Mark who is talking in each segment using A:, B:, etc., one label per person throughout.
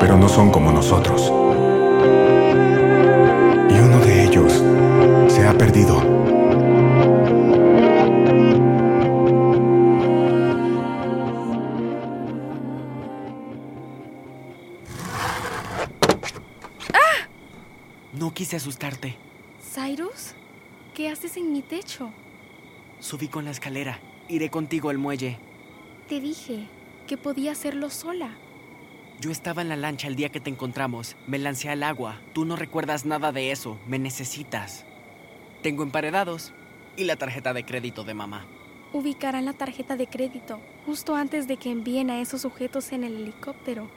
A: pero no son como nosotros. Y uno de ellos se ha perdido.
B: No quise asustarte.
C: ¿Cyrus? ¿Qué haces en mi techo?
B: Subí con la escalera. Iré contigo al muelle.
C: Te dije que podía hacerlo sola.
B: Yo estaba en la lancha el día que te encontramos. Me lancé al agua. Tú no recuerdas nada de eso. Me necesitas. Tengo emparedados y la tarjeta de crédito de mamá.
C: Ubicarán la tarjeta de crédito justo antes de que envíen a esos sujetos en el helicóptero,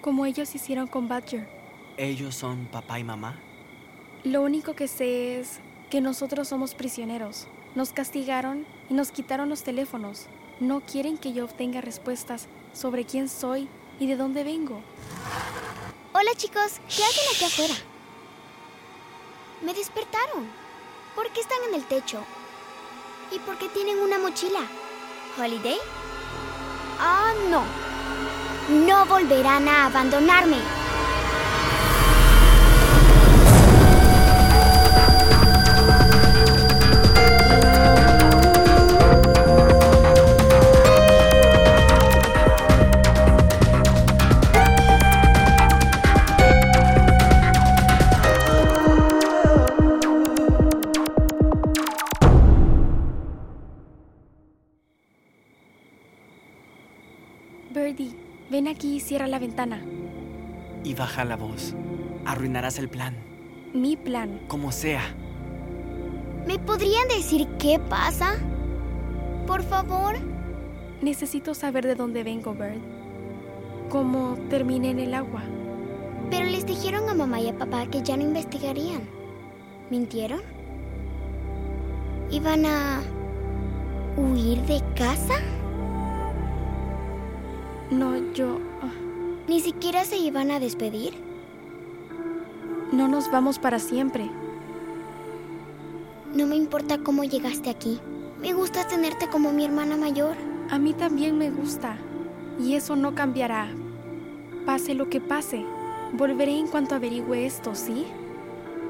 C: como ellos hicieron con Badger.
B: ¿Ellos son papá y mamá?
C: Lo único que sé es que nosotros somos prisioneros. Nos castigaron y nos quitaron los teléfonos. No quieren que yo obtenga respuestas sobre quién soy y de dónde vengo.
D: Hola chicos, ¿qué hacen aquí afuera? Me despertaron. ¿Por qué están en el techo? ¿Y por qué tienen una mochila? ¿Holiday? Ah, no. No volverán a abandonarme.
C: Birdie, ven aquí y cierra la ventana.
B: Y baja la voz. Arruinarás el plan.
C: Mi plan.
B: Como sea.
D: ¿Me podrían decir qué pasa? Por favor.
C: Necesito saber de dónde vengo, Bird. ¿Cómo terminé en el agua?
D: Pero les dijeron a mamá y a papá que ya no investigarían. ¿Mintieron? ¿Iban a huir de casa?
C: No, yo... ah.
D: ¿Ni siquiera se iban a despedir?
C: No nos vamos para siempre.
D: No me importa cómo llegaste aquí. Me gusta tenerte como mi hermana mayor.
C: A mí también me gusta. Y eso no cambiará. Pase lo que pase. Volveré en cuanto averigüe esto, ¿sí?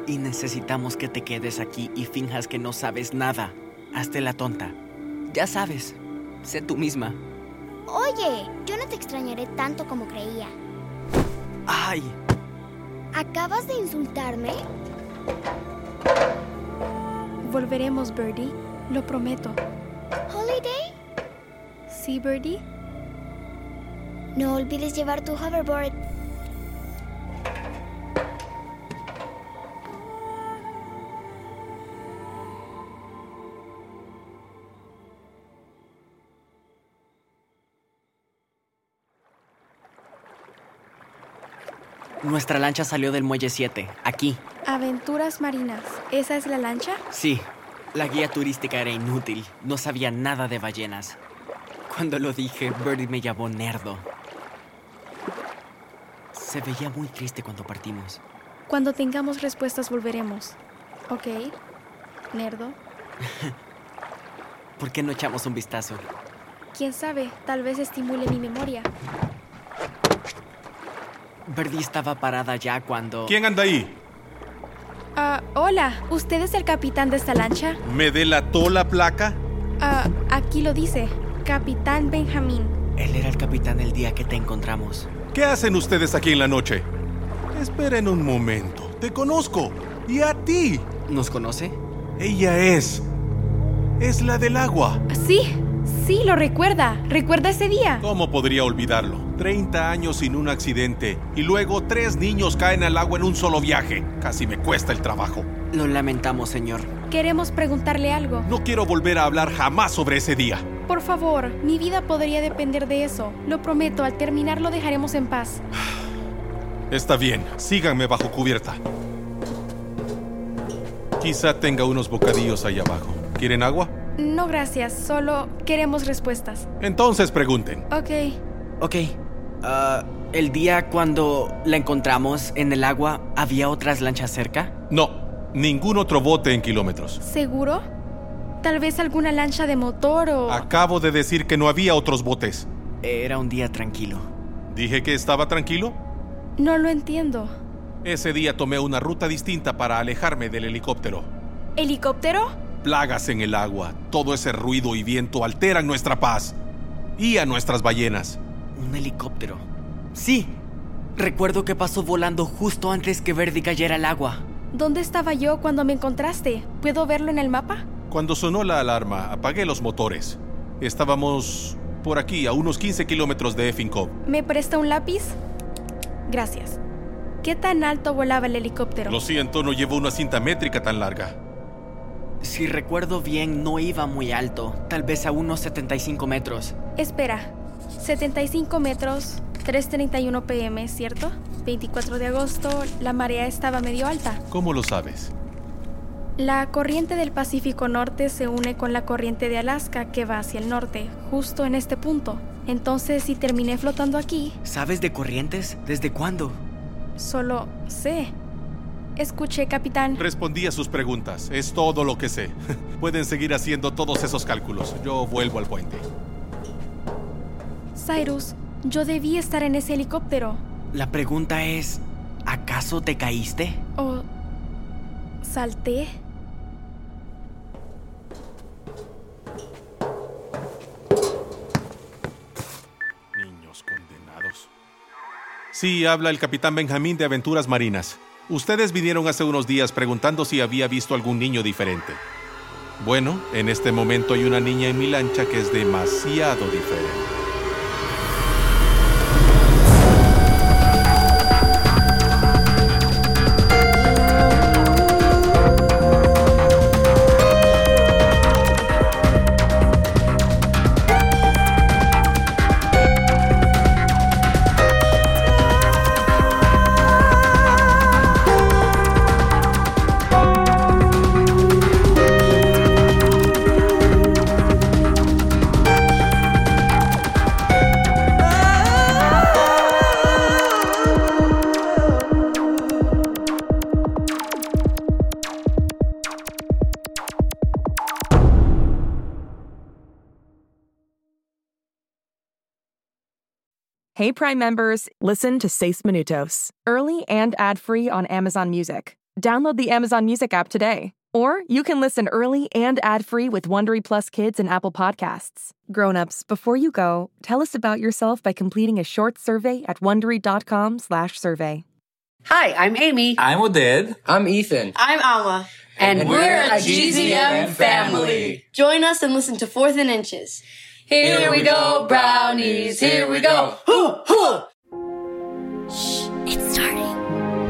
B: Y necesitamos que te quedes aquí y finjas que no sabes nada. Hazte la tonta. Ya sabes. Sé tú misma.
D: Oye, yo no te extrañaré tanto como creía.
B: ¡Ay!
D: ¿Acabas de insultarme?
C: Volveremos, Birdie. Lo prometo.
D: ¿Holiday?
C: ¿Sí, Birdie?
D: No olvides llevar tu hoverboard.
B: Nuestra lancha salió del muelle 7. Aquí.
C: Aventuras marinas. ¿Esa es la lancha?
B: Sí. La guía turística era inútil. No sabía nada de ballenas. Cuando lo dije, Birdie me llamó nerdo. Se veía muy triste cuando partimos.
C: Cuando tengamos respuestas volveremos. ¿Ok? Nerdo.
B: ¿Por qué no echamos un vistazo?
C: ¿Quién sabe? Tal vez estimule mi memoria.
B: Birdie estaba parada ya cuando...
E: ¿Quién anda ahí?
C: Ah, hola, ¿usted es el capitán de esta lancha?
E: ¿Me delató la placa?
C: Ah, aquí lo dice. Capitán Benjamín.
B: Él era el capitán el día que te encontramos.
E: ¿Qué hacen ustedes aquí en la noche? Esperen un momento. Te conozco. Y a ti.
B: ¿Nos conoce?
E: Ella es. Es la del agua.
C: Ah, Sí, sí, lo recuerda. ¿Recuerda ese día?
E: ¿Cómo podría olvidarlo? 30 años sin un accidente y luego tres niños caen al agua en un solo viaje. Casi me cuesta el trabajo.
B: Lo lamentamos, señor.
C: Queremos preguntarle algo.
E: No quiero volver a hablar jamás sobre ese día.
C: Por favor, mi vida podría depender de eso. Lo prometo, al terminar lo dejaremos en paz.
E: Está bien, síganme bajo cubierta. Quizá tenga unos bocadillos ahí abajo. ¿Quieren agua?
C: No, gracias, solo queremos respuestas.
E: Entonces pregunten.
C: Ok,
B: Ok. ah, el día cuando la encontramos en el agua, ¿había otras lanchas cerca?
E: No, ningún otro bote en kilómetros.
C: ¿seguro? Tal vez alguna lancha de motor o...
E: Acabo de decir que no había otros botes.
B: Era un día tranquilo.
E: ¿Dije que estaba tranquilo?
C: No lo entiendo.
E: Ese día tomé una ruta distinta para alejarme del helicóptero.
C: ¿Helicóptero?
E: Plagas en el agua, todo ese ruido y viento alteran nuestra paz y a nuestras ballenas.
B: Un helicóptero. Sí. Recuerdo que pasó volando justo antes que Verdi cayera al agua.
C: ¿Dónde estaba yo cuando me encontraste? ¿Puedo verlo en el mapa?
E: Cuando sonó la alarma, apagué los motores. Estábamos por aquí, a unos 15 kilómetros de Effincop.
C: ¿Me presta un lápiz? Gracias. ¿Qué tan alto volaba el helicóptero?
E: Lo siento, no llevo una cinta métrica tan larga.
B: Si recuerdo bien, no iba muy alto, tal vez a unos 75 metros.
C: Espera, 75 metros, 3.31 pm, ¿cierto? 24 de agosto, la marea estaba medio alta.
E: ¿Cómo lo sabes?
C: La corriente del Pacífico Norte se une con la corriente de Alaska que va hacia el norte, justo en este punto. Entonces, si terminé flotando aquí,
B: ¿Sabes de corrientes? ¿Desde cuándo?
C: solo sé. Escuché, capitán.
E: Respondí a sus preguntas, es todo lo que sé. Pueden seguir haciendo todos esos cálculos, yo vuelvo al puente.
C: Cyrus, yo debí estar en ese helicóptero.
B: La pregunta es, ¿acaso te caíste?
C: ¿O salté?
E: Niños condenados. Sí, habla el capitán Benjamín de Aventuras Marinas. Ustedes vinieron hace unos días preguntando si había visto algún niño diferente. Bueno, en este momento hay una niña en mi lancha que es demasiado diferente.
F: Hey Prime members, listen to Seis Minutos, early and ad-free on Amazon Music. Download the Amazon Music app today. Or you can listen early and ad-free with Wondery Plus Kids and Apple Podcasts. Grown-ups, before you go, tell us about yourself by completing a short survey at wondery.com slash survey.
G: Hi, I'm Amy.
H: I'm Oded.
I: I'm Ethan.
G: I'm Alma. And,
I: we're a GZM family.
G: Join us and listen to Fourth and Inches.
I: Here we go, brownies. Here we go.
G: Hoo, hoo.
D: It's starting.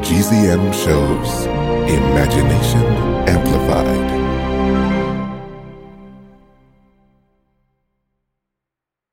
J: GZM shows imagination amplified.